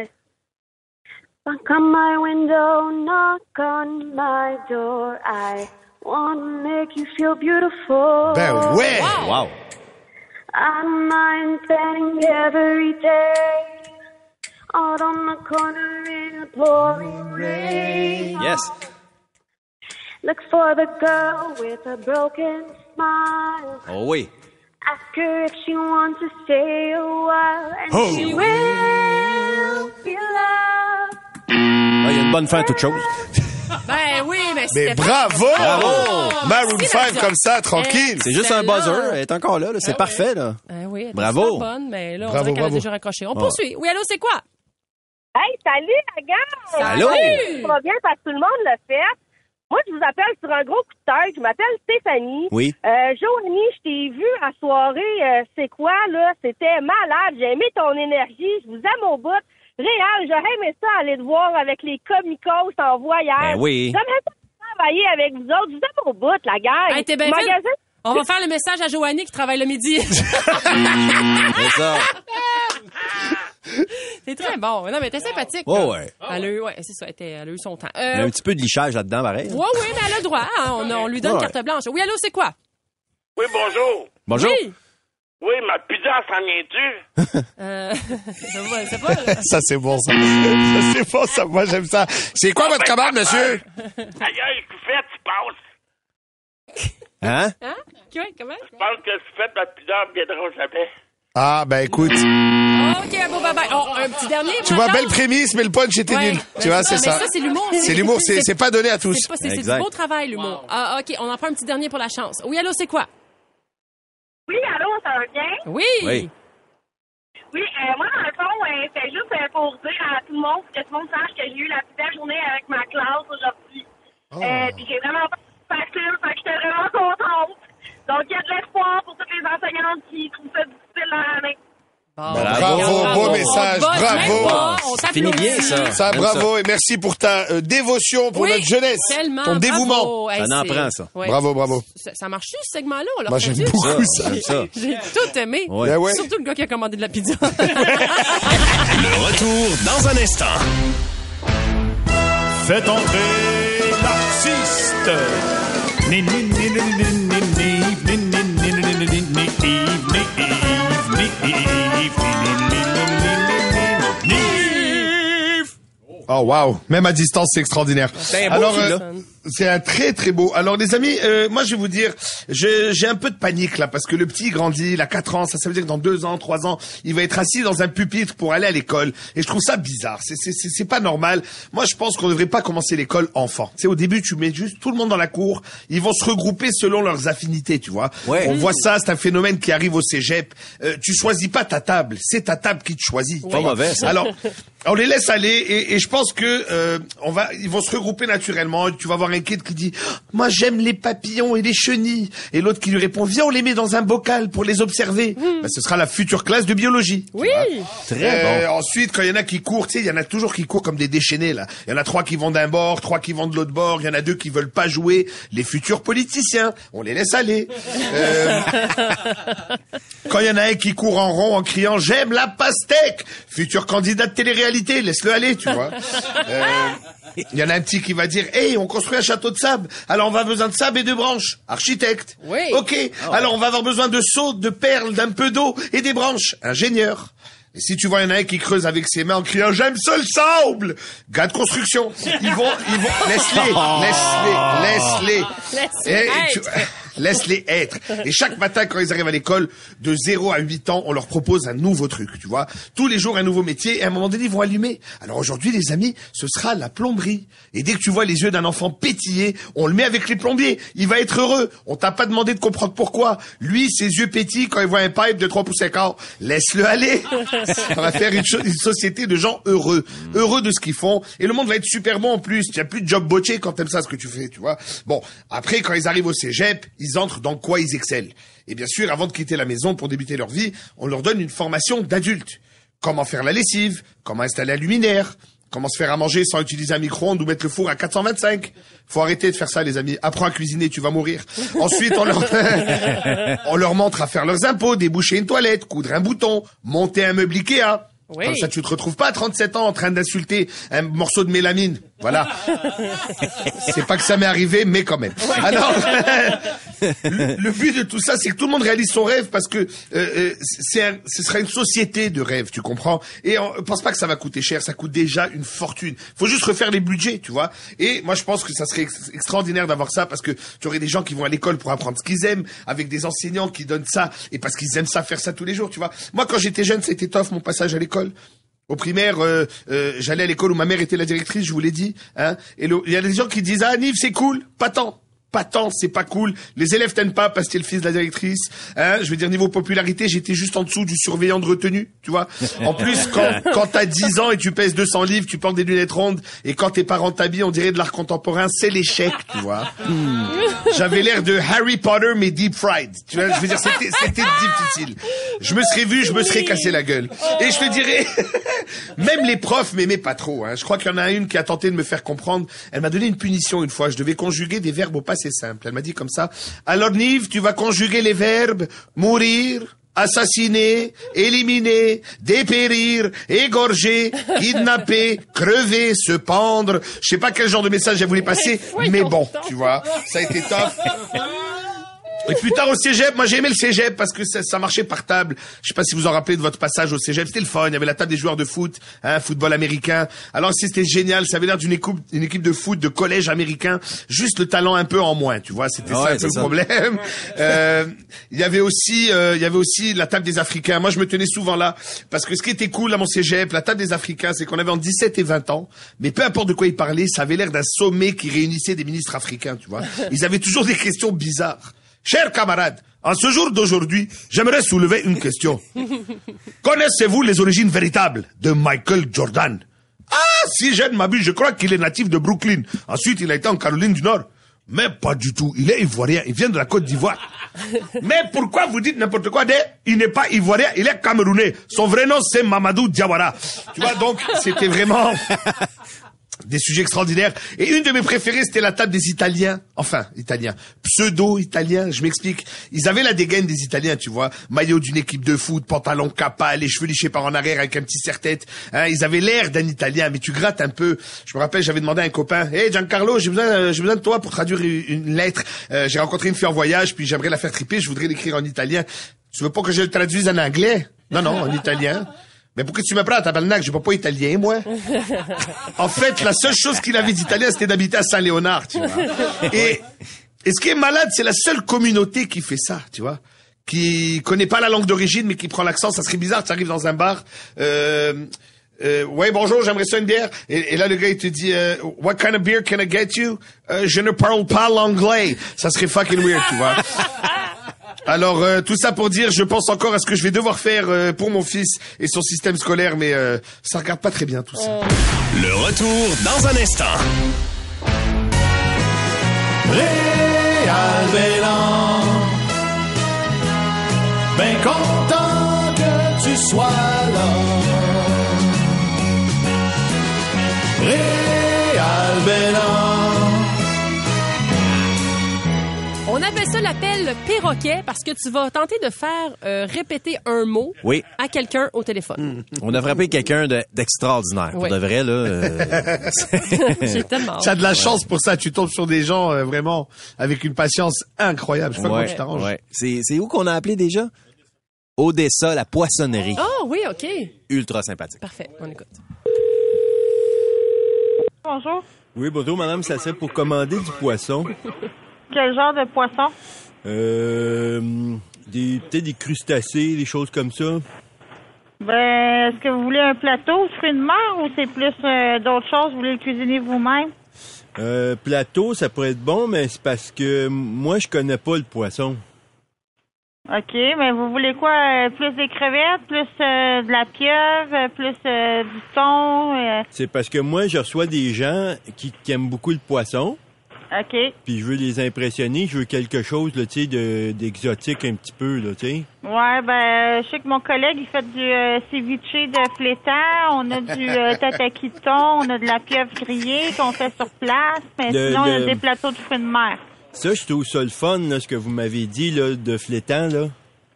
Speaker 16: Knock on my window, knock on my door. I want to make you feel beautiful.
Speaker 14: Ben ouais!
Speaker 5: Wow!
Speaker 16: I'm mind bending every day. Out on the corner in the pouring rain.
Speaker 5: Yes.
Speaker 16: Look for the girl with a broken smile.
Speaker 5: Oh oui.
Speaker 16: Ask her if she wants to stay a while, and
Speaker 5: Oh.
Speaker 16: she will be loved.
Speaker 5: Ah, Il y a une bonne fin à toute chose.
Speaker 4: Ben oui, mais
Speaker 5: Mais
Speaker 4: c'était
Speaker 5: bravo!
Speaker 4: pas- Oh,
Speaker 5: Bravo!
Speaker 14: Maroon
Speaker 4: Merci,
Speaker 14: five
Speaker 4: Nadia.
Speaker 14: comme ça, tranquille.
Speaker 5: C'est juste un
Speaker 4: Celle-là.
Speaker 5: buzzer. Elle est encore là. là. C'est parfait. Là.
Speaker 4: Ben oui, elle était
Speaker 5: Bravo.
Speaker 4: super bonne, mais là, on
Speaker 5: Bravo,
Speaker 4: dirait qu'elle a
Speaker 5: bravo.
Speaker 4: déjà raccroché. On
Speaker 5: Ah.
Speaker 4: poursuit. Oui, allô, c'est quoi?
Speaker 16: Hey, salut la gang!
Speaker 5: Allô?
Speaker 16: Ça va bien parce que tout le monde l'a fait. Moi, je vous appelle sur un gros coup de tête. Je m'appelle Stéphanie.
Speaker 5: Oui.
Speaker 16: Euh, Joanie, je t'ai vu à soirée. euh, c'est quoi, là? C'était malade. J'ai aimé ton énergie. Je vous aime au bout. Réal, j'aurais aimé ça aller te voir avec les comicos en voyage.
Speaker 4: Ben oui.
Speaker 16: J'aimerais ça travailler avec vous autres. Je vous aime au bout, la gang.
Speaker 4: Hey, t'es bien
Speaker 16: Magasin-
Speaker 4: fine. On va faire le message à Joanie qui travaille le midi. Ah!
Speaker 5: C'est ça.
Speaker 4: C'est très bon. Non, mais elle était sympathique.
Speaker 5: Ouais,
Speaker 4: là.
Speaker 5: ouais.
Speaker 4: Elle a eu, ouais, c'est ça, elle, était- elle a eu son temps.
Speaker 5: Il y a
Speaker 4: Euh,
Speaker 5: un petit peu de lichage là-dedans, pareil.
Speaker 4: oui, oui, mais elle a le droit. hein. On, on lui donne
Speaker 5: Ouais.
Speaker 4: carte blanche. Oui, allô, c'est quoi?
Speaker 13: Oui, bonjour.
Speaker 5: Bonjour.
Speaker 13: Oui, ma pizza, s'en vient-tu?
Speaker 4: Euh, je vois- je sais pas. là.
Speaker 14: ça, c'est bon, ça. Ça, c'est bon, ça. Moi, j'aime ça. C'est quoi votre commande, monsieur?
Speaker 13: Aïe, tu fais, tu passes.
Speaker 14: Hein?
Speaker 4: Hein? Ouais, comment?
Speaker 13: Je pense que tu fais ma pizza, elle viendra jamais.
Speaker 14: Ah, ben écoute.
Speaker 4: OK, bon, bye bye. Oh, un petit dernier.
Speaker 14: Tu vois,
Speaker 4: Jonathan?
Speaker 14: belle prémisse, mais le punch était
Speaker 4: Ouais.
Speaker 14: nul.
Speaker 4: Ben,
Speaker 14: Tu vois,
Speaker 4: c'est
Speaker 14: c'est
Speaker 4: ça.
Speaker 14: ça.
Speaker 4: Mais ça, c'est l'humour.
Speaker 14: C'est l'humour, c'est c'est pas donné à tous.
Speaker 4: C'est pas- c'est- c'est du beau travail, l'humour. Ah, OK, on en prend un petit dernier pour la chance. Oui, allô, c'est quoi?
Speaker 19: Oui, allô, ça va bien?
Speaker 4: Oui.
Speaker 5: Oui.
Speaker 19: Oui, euh, moi, dans le fond, euh, c'est juste euh, pour dire à tout le monde, que tout le monde sache que j'ai eu la plus belle journée avec ma classe aujourd'hui. Euh, puis j'ai vraiment pas de facile, fait que j'étais vraiment contente. Donc, il y a de l'espoir pour toutes les enseignantes qui trouvent ça difficile dans l'année.
Speaker 14: Bravo,
Speaker 5: Bravo.
Speaker 14: beau message,
Speaker 5: On vote,
Speaker 14: bravo.
Speaker 5: même pas, on Ça finit bien, ça. s'applaudit. J'aime
Speaker 14: bravo, et merci pour ta euh, dévotion pour
Speaker 4: Oui,
Speaker 14: notre jeunesse.
Speaker 4: tellement,
Speaker 14: ton
Speaker 4: bravo.
Speaker 14: dévouement.
Speaker 4: Hey, Ça en c'est- prend, ça. ouais.
Speaker 14: Bravo, bravo.
Speaker 4: Ça, ça marche-tu, ce segment-là? On l'a
Speaker 14: Moi, j'aime
Speaker 4: reconduit?
Speaker 14: beaucoup ça. J'aime ça.
Speaker 4: J'ai tout aimé.
Speaker 14: Ouais. Ben ouais.
Speaker 4: Surtout le gars qui a commandé de la pizza.
Speaker 2: Le retour dans un instant.
Speaker 15: Faites entrer l'artiste. Ni, ni, ni, ni, ni, ni, ni, ni, ni, ni, ni, ni, ni, ni, ni, Yves, ni, Yves, ni, Yves, ni, ni, ni, ni, ni, ni, ni, ni, Yves.
Speaker 14: Oh wow, même à distance, c'est extraordinaire.
Speaker 15: C'est un beau
Speaker 14: Alors,
Speaker 15: film,
Speaker 14: euh,
Speaker 5: hein.
Speaker 15: là.
Speaker 14: c'est un très très beau. Alors les amis, euh, moi je vais vous dire, je- j'ai un peu de panique là parce que le petit grandit, il a 4 ans, ça, ça veut dire que dans 2 ans, 3 ans, il va être assis dans un pupitre pour aller à l'école et je trouve ça bizarre. C'est c'est c'est- c'est pas normal. Moi je pense qu'on devrait pas commencer l'école enfant. Tu sais au début, tu mets juste tout le monde dans la cour, ils vont se regrouper selon leurs affinités, tu vois.
Speaker 5: Ouais.
Speaker 14: On
Speaker 5: Mmh.
Speaker 14: voit ça, c'est un phénomène qui arrive au cégep. Euh, tu choisis pas ta table, c'est ta table qui te choisit.
Speaker 5: Pas
Speaker 14: Tu vois.
Speaker 5: mauvais, ça.
Speaker 14: Alors on les laisse aller et, et je pense que euh, on va, ils vont se regrouper naturellement. Tu vas avoir un kid qui dit moi j'aime les papillons et les chenilles et l'autre qui lui répond viens on les met dans un bocal pour les observer. Ben, ce sera la future classe de biologie.
Speaker 4: Oui.
Speaker 14: Euh, Ensuite, quand il y en a qui courent, tu sais, il y en a toujours qui courent comme des déchaînés, là. Il y en a trois qui vont d'un bord, trois qui vont de l'autre bord, il y en a deux qui veulent pas jouer. Les futurs politiciens, on les laisse aller. Euh, quand il y en a un qui court en rond en criant j'aime la pastèque, futur candidat de télé-réalité, laisse-le aller, tu vois. Euh, Il y en a un petit qui va dire hey, on construit un château de sable, alors on va avoir besoin de sable et de branches. Architecte.
Speaker 4: Oui.
Speaker 14: Ok, alors on va avoir besoin de seaux, de perles, d'un peu d'eau et des branches. Ingénieur. Et si tu vois un un qui creuse avec ses mains en criant j'aime ça le sable, gars de construction, ils vont, ils vont, laisse-les, laisse-les, laisse-les.
Speaker 4: Laisse-les
Speaker 14: Et
Speaker 4: être.
Speaker 14: tu- Laisse-les être. Et chaque matin, quand ils arrivent à l'école, de 0 à 8 ans, on leur propose un nouveau truc, tu vois. Tous les jours, un nouveau métier, et à un moment donné, ils vont allumer. Alors aujourd'hui, les amis, ce sera la plomberie. Et dès que tu vois les yeux d'un enfant pétiller, on le met avec les plombiers. Il va être heureux. On t'a pas demandé de comprendre pourquoi. Lui, ses yeux pétillent quand il voit un pipe de 3 pouces et quart. Laisse-le aller. On va faire une, cho- une société de gens heureux. Heureux de ce qu'ils font. Et le monde va être super bon en plus. Tu as plus de job botché quand t'aimes ça ce que tu fais, tu vois. Bon. Après, quand ils arrivent au cégep, ils entrent dans quoi ils excellent. Et bien sûr, avant de quitter la maison pour débuter leur vie, on leur donne une formation d'adulte. Comment faire la lessive. Comment installer un luminaire. Comment se faire à manger sans utiliser un micro-ondes ou mettre le four à 425. Faut arrêter de faire ça, les amis. Apprends à cuisiner, tu vas mourir. Ensuite, on leur, on leur montre à faire leurs impôts, déboucher une toilette, coudre un bouton, monter un meuble Ikea.
Speaker 4: Oui.
Speaker 14: Comme ça, tu te retrouves pas à 37 ans en train d'insulter un morceau de mélamine. Voilà. C'est pas que ça m'est arrivé, mais quand même. Ah Alors, le, le but de tout ça, c'est que tout le monde réalise son rêve parce que euh, euh, c'est un- ce sera une société de rêve, tu comprends Et on pense pas que ça va coûter cher, ça coûte déjà une fortune. Faut juste refaire les budgets, tu vois Et moi, je pense que ça serait ex- extraordinaire d'avoir ça parce que tu aurais des gens qui vont à l'école pour apprendre ce qu'ils aiment, avec des enseignants qui donnent ça et parce qu'ils aiment ça, faire ça tous les jours, tu vois Moi, quand j'étais jeune, c'était tough mon passage à l'école. Au primaire, euh, euh, j'allais à l'école où ma mère était la directrice, je vous l'ai dit. Hein, et le- il y a des gens qui disent Ah, Nive, c'est cool, pas tant. Pas tant, c'est pas cool. Les élèves t'aiment pas parce que t'es le fils de la directrice. Hein, je veux dire, niveau popularité, j'étais juste en dessous du surveillant de retenue, tu vois. En plus, quand, quand t'as 10 ans et tu pèses 200 livres, tu portes des lunettes rondes, et quand tes parents t'habillent, on dirait de l'art contemporain, c'est l'échec, tu vois. J'avais l'air de Harry Potter, mais deep fried. Tu vois, je veux dire, c'était c'était difficile. Je me serais vu, je me serais cassé la gueule. Et je te dirais, même les profs m'aimaient pas trop. hein. Je crois qu'il y en a une qui a tenté de me faire comprendre. Elle m'a donné une punition une fois. Je devais conjuguer des verbes au passé simple. Elle m'a dit comme ça. Alors Nive, tu vas conjuguer les verbes mourir, assassiner, éliminer, dépérir, égorger, kidnapper, crever, se pendre. Je sais pas quel genre de message elle voulait passer, mais bon, tu vois, ça a été top. Et plus tard au cégep, moi j'ai aimé le cégep parce que ça, ça marchait par table. Je sais pas si vous en rappelez de votre passage au cégep, c'était le fun. Il y avait la table des joueurs de foot, hein, football américain. Alors si c'était génial, ça avait l'air d'une équipe, une équipe de foot de collège américain. Juste le talent un peu en moins, tu vois. C'était
Speaker 5: Ah
Speaker 14: ça
Speaker 5: ouais,
Speaker 14: un peu
Speaker 5: c'est
Speaker 14: le
Speaker 5: ça.
Speaker 14: problème. Euh, Il y avait aussi, euh, il y avait aussi la table des Africains. Moi je me tenais souvent là parce que ce qui était cool à mon cégep, la table des Africains, c'est qu'on avait en 17 et 20 ans. Mais peu importe de quoi ils parlaient, ça avait l'air d'un sommet qui réunissait des ministres africains, tu vois. Ils avaient toujours des questions bizarres. Chers camarades, en ce jour d'aujourd'hui, j'aimerais soulever une question. Connaissez-vous les origines véritables de Michael Jordan Ah, si je ne m'abuse, je crois qu'il est natif de Brooklyn. Ensuite, il a été en Caroline du Nord. Mais pas du tout. Il est ivoirien. Il vient de la Côte d'Ivoire. Mais pourquoi vous dites n'importe quoi de il n'est pas ivoirien, il est camerounais. Son vrai nom, c'est Mamadou Diawara. Tu vois, donc, c'était vraiment des sujets extraordinaires. Et une de mes préférées, c'était la table des Italiens. Enfin, Italiens. Pseudo-Italiens, je m'explique. Ils avaient la dégaine des Italiens, tu vois. Maillot d'une équipe de foot, pantalon capa, les cheveux lichés par en arrière avec un petit serre-tête. Hein, ils avaient l'air d'un Italien, mais tu grattes un peu. Je me rappelle, j'avais demandé à un copain, « Hey Giancarlo, j'ai besoin, euh, j'ai besoin de toi pour traduire une- une lettre. Euh, j'ai rencontré une fille en voyage, puis j'aimerais la faire triper, je voudrais l'écrire en italien. Tu veux pas que je le traduise en anglais? Non, non, en italien. Mais pourquoi tu me prends, tabarnak? Je ne pas italien, moi. En fait, la seule chose qu'il avait d'italien, c'était d'habiter à Saint-Léonard, tu vois. Et, et ce qui est malade, c'est la seule communauté qui fait ça, tu vois. Qui connaît pas la langue d'origine, mais qui prend l'accent. Ça serait bizarre, tu arrives dans un bar, euh, euh, ouais, bonjour, j'aimerais ça une bière. Et, et là, le gars, il te dit, euh, what kind of beer can I get you? Euh, je ne parle pas l'anglais. Ça serait fucking weird, tu vois. Alors euh, tout ça pour dire, je pense encore à ce que je vais devoir faire euh, pour mon fils et son système scolaire, mais euh, ça regarde pas très bien tout ça.
Speaker 2: Le retour dans un instant.
Speaker 15: Réal Bélan. Ben content que tu sois là. Réal Bélan.
Speaker 4: On appelle ça l'appel perroquet parce que tu vas tenter de faire euh, répéter un mot
Speaker 5: Oui.
Speaker 4: à quelqu'un au téléphone.
Speaker 5: On a frappé quelqu'un de- d'extraordinaire. Pour
Speaker 4: Oui.
Speaker 5: de vrai, là. euh,
Speaker 4: J'ai tellement hâte.
Speaker 14: T'as de la chance pour ça, tu tombes sur des gens euh, vraiment avec une patience incroyable. Je sais pas
Speaker 5: ouais,
Speaker 14: comment tu t'arranges.
Speaker 5: ouais. C'est c'est où qu'on a appelé déjà? Odessa, la poissonnerie.
Speaker 4: Oh oui, OK.
Speaker 5: Ultra sympathique.
Speaker 4: Parfait, on écoute.
Speaker 16: Bonjour.
Speaker 5: Oui, bonjour, madame, ça serait pour commander du poisson.
Speaker 16: Quel genre de poisson?
Speaker 21: Euh, des, peut-être des crustacés, des choses comme ça.
Speaker 22: Ben, est-ce que vous voulez un plateau de fruits de mer ou c'est plus euh, d'autres choses? Vous voulez le cuisiner vous-même?
Speaker 21: Euh, plateau, ça pourrait être bon, mais c'est parce que moi, je connais pas le poisson.
Speaker 22: OK, mais vous voulez quoi? euh, plus des crevettes, plus euh, de la pieuvre, euh, plus euh, du thon? euh,
Speaker 21: C'est parce que moi, je reçois des gens qui, qui aiment beaucoup le poisson,
Speaker 22: OK.
Speaker 21: puis je veux les impressionner, je veux quelque chose, là, tu sais, de- d'exotique un petit peu, là, tu sais.
Speaker 22: Ouais, ben, euh, je sais que mon collègue, il fait du euh, ceviche de flétan, on a du euh, tataki de thon, on a de la pieuvre grillée qu'on fait sur place, mais
Speaker 21: Le-
Speaker 22: sinon, on
Speaker 21: le-
Speaker 22: a des plateaux de fruits de mer.
Speaker 21: Ça, je trouve ça le fun, là, ce que vous m'avez dit, là, de flétan, là.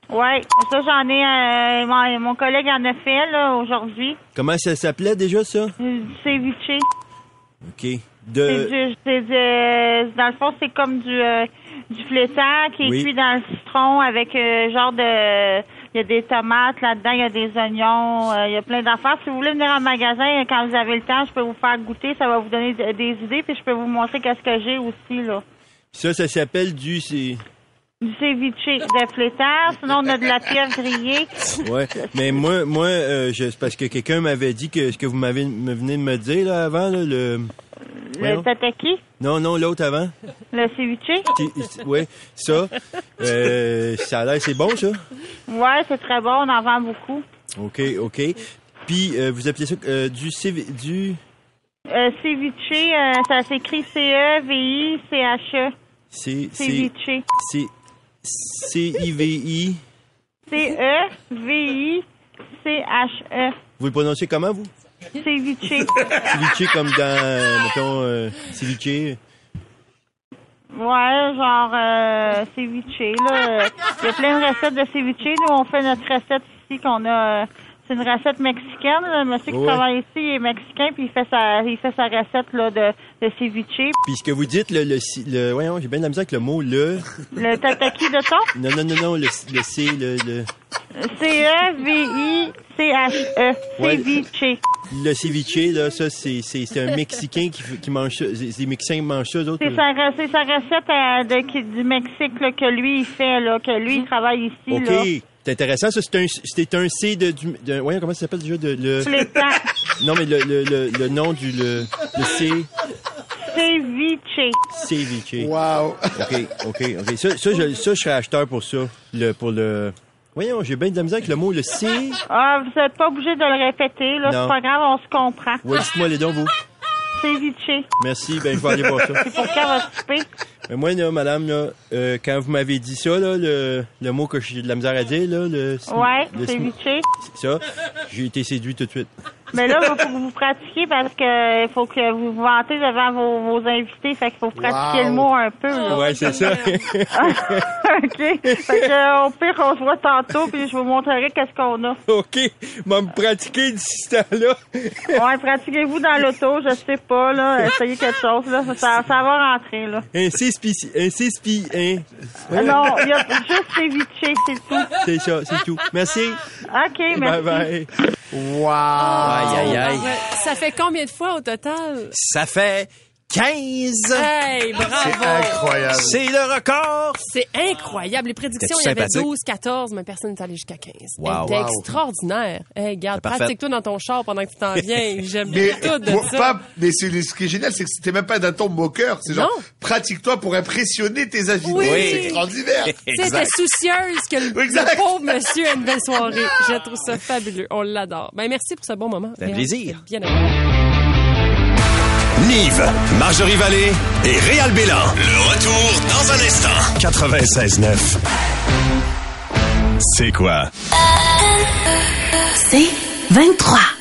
Speaker 22: Ouais, ça, j'en ai, euh, mon, mon collègue en a fait, là, aujourd'hui,
Speaker 21: Comment ça s'appelait déjà, ça?
Speaker 22: du ceviche.
Speaker 21: OK.
Speaker 22: Hmm. C'est
Speaker 21: De...
Speaker 22: du- c'est du- euh, dans le fond, c'est comme du, euh, du flétan qui est
Speaker 21: Oui.
Speaker 22: cuit dans le citron avec euh, genre de... Il y a des tomates là-dedans, il y a des oignons, euh, il y a plein d'affaires. Si vous voulez venir en magasin, quand vous avez le temps, je peux vous faire goûter, ça va vous donner de- des idées, puis je peux vous montrer qu'est-ce que j'ai aussi, là.
Speaker 21: Ça, ça s'appelle du... c'est-
Speaker 22: Du ceviche de flétan, sinon on a de la pierre grillée.
Speaker 21: Ouais, mais moi, moi, euh, je, c'est parce que quelqu'un m'avait dit que ce que vous m'avez me venez de me dire là avant là, le.
Speaker 22: Le
Speaker 21: Voyons.
Speaker 22: tataki,
Speaker 21: Non, non, l'autre avant.
Speaker 22: Euh, le ceviche.
Speaker 21: Qui- Ouais, ça. euh, ça a l'air, c'est bon ça.
Speaker 22: Ouais, c'est très bon, on en vend beaucoup.
Speaker 21: Ok, ok. Puis euh, vous appelez ça euh, du CV, du
Speaker 22: Euh, ceviche, euh, ça s'écrit E C-E-V-I-C-H-E.
Speaker 21: C C
Speaker 22: Ceviche.
Speaker 21: C C I V I.
Speaker 22: E C-E-V-I-C-H-E.
Speaker 21: Vous le prononcez comment vous?
Speaker 22: Ceviche.
Speaker 21: Ceviche comme dans euh, mettons euh, ceviche.
Speaker 22: Ouais, genre euh, ceviche, là. Il y a plein de recettes de ceviche. Nous, on fait notre recette ici qu'on a. euh, c'est une recette mexicaine. là. Le monsieur qui
Speaker 21: Ouais.
Speaker 22: travaille ici, il est mexicain, puis il fait sa, il fait sa recette là, de, de ceviche.
Speaker 21: Puis ce que vous dites le le, ci- le voyons, j'ai bien de la misère avec le mot le.
Speaker 22: Le tataki de thon,
Speaker 21: Non non non non le le C le le
Speaker 22: E C-E-V-I-C-H-E.
Speaker 21: Ouais.
Speaker 22: Ceviche.
Speaker 21: Le ceviche, là, ça, c'est, c'est, c'est un Mexicain qui, f- qui mange ça. C'est- Les Mexicains mangent ça, d'autres.
Speaker 22: C'est sa, re- c'est sa recette euh, de- qui- du Mexique là, que lui, il fait, là, que lui, il travaille ici.
Speaker 21: OK.
Speaker 22: Là.
Speaker 21: C'est intéressant, ça. C'est un, c'est un C de, du, de- voyons, comment ça s'appelle déjà? De, le,
Speaker 22: Flétan.
Speaker 21: non, mais le, le, le, le nom du, le, le C,
Speaker 22: E Ceviche.
Speaker 21: ceviche. Wow. OK, OK, OK. Ça, ça, je, ça, je serais acheteur pour ça. Le, pour le, voyons, j'ai bien de la misère avec le mot, le C.
Speaker 22: Ah, vous n'êtes pas obligé de le répéter, là.
Speaker 21: Non.
Speaker 22: C'est pas grave, on se comprend. E
Speaker 21: Ouais, dites-moi les dons, vous.
Speaker 22: Ceviche.
Speaker 21: Merci, ben, je vais aller voir ça.
Speaker 22: C'est pour quand votre souper?
Speaker 21: Mais moi, là, madame, là, euh, quand vous m'avez dit ça, là, le, le mot que j'ai de la misère à dire, là, le... sm-
Speaker 22: Ouais, E
Speaker 21: le sm-
Speaker 22: ceviche.
Speaker 21: Ça, j'ai été séduit tout de suite.
Speaker 22: Mais là, il faut que vous pratiquiez parce que il faut que vous vous vantez devant vos, vos invités. Fait qu'il faut pratiquer
Speaker 21: Wow.
Speaker 22: le mot un peu, là.
Speaker 21: ouais, c'est ça.
Speaker 22: OK. Fait que, euh, au pire, on se voit tantôt, puis je vous montrerai qu'est-ce qu'on a.
Speaker 21: OK. Va me pratiquer d'ici ce temps-là.
Speaker 22: ouais, pratiquez-vous dans l'auto, je sais pas, là. Essayez quelque chose, là. Ça, ça va rentrer, là.
Speaker 21: un six-pi... Un hein? six-pi... Un...
Speaker 22: Non, il y a juste ceviche, c'est tout.
Speaker 21: C'est ça, c'est tout. Merci.
Speaker 22: OK, merci.
Speaker 21: Bye-bye.
Speaker 14: Wow.
Speaker 21: Aïe, aïe, aïe.
Speaker 4: Ouais. Ça fait combien de fois au total?
Speaker 5: Ça fait 15.
Speaker 4: Hey, bravo!
Speaker 5: C'est incroyable. C'est le record.
Speaker 4: C'est incroyable. Les prédictions, il y
Speaker 5: T'es-tu
Speaker 4: avait
Speaker 5: sympathique?
Speaker 4: 12, 14, mais personne n'est allé jusqu'à 15.
Speaker 5: Wow.
Speaker 4: C'était
Speaker 5: Wow.
Speaker 4: extraordinaire. Hey, garde,
Speaker 14: C'est parfait.
Speaker 4: pratique-toi dans ton char pendant que tu t'en viens. Ah, J'aime
Speaker 14: mais,
Speaker 4: tout de
Speaker 14: pour-
Speaker 4: ça.
Speaker 14: pas- mais c'est, ce qui est génial, c'est que c'était même pas d'un ton moqueur. C'est genre,
Speaker 4: Non.
Speaker 14: pratique-toi pour impressionner tes invités.
Speaker 4: Oui.
Speaker 14: C'est extraordinaire.
Speaker 4: Tu sais, t'es soucieuse que le, le pauvre monsieur ait une belle soirée. Je trouve ça fabuleux. On l'adore. Ben, merci pour ce bon moment.
Speaker 2: Ça fait
Speaker 4: Véro.
Speaker 2: plaisir.
Speaker 4: C'était Bien aimé.
Speaker 2: Nive, Marjorie Vallée et Réal Bélan. Le retour dans un instant. 96.9. C'est quoi?
Speaker 1: C'est 23.